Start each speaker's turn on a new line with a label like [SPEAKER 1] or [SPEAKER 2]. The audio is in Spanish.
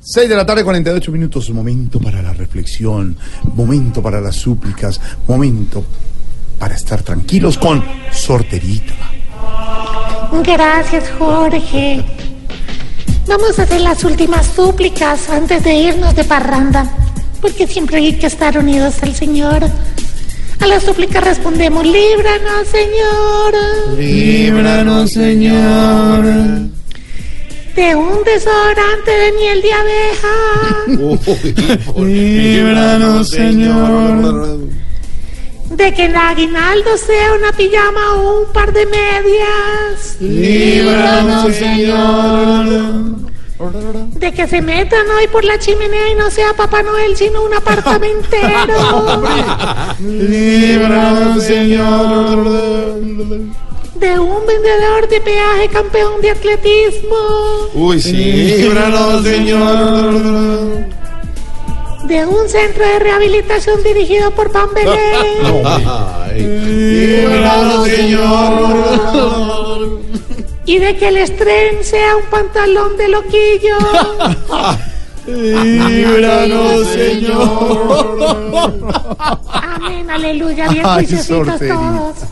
[SPEAKER 1] 6 de la tarde, 48 minutos. Momento para la reflexión, momento para las súplicas, momento para estar tranquilos con Sorterita.
[SPEAKER 2] Gracias, Jorge. Vamos a hacer las últimas súplicas antes de irnos de parranda, porque siempre hay que estar unidos al Señor. A las súplicas respondemos, líbranos, Señor,
[SPEAKER 3] Líbranos, Señor.
[SPEAKER 2] de un desodorante de miel de abeja,
[SPEAKER 3] Líbranos, Señor.
[SPEAKER 2] de que el aguinaldo sea una pijama o un par de medias,
[SPEAKER 3] Líbranos, Señor.
[SPEAKER 2] de que se metan hoy por la chimenea y no sea Papá Noel, sino un apartamentero.
[SPEAKER 3] Líbranos, Señor.
[SPEAKER 2] de un vendedor de peaje campeón de atletismo,
[SPEAKER 4] Uy, sí.
[SPEAKER 3] Líbranos, Señor.
[SPEAKER 2] de un centro de rehabilitación dirigido por Pan Belén,
[SPEAKER 1] Ah.
[SPEAKER 3] Líbranos, Señor.
[SPEAKER 2] y de que el estreno sea un pantalón de loquillo,
[SPEAKER 3] Líbranos, Señor.
[SPEAKER 2] amén, aleluya, bien
[SPEAKER 1] Ay,
[SPEAKER 2] juiciositos
[SPEAKER 1] sorterita.
[SPEAKER 2] todos.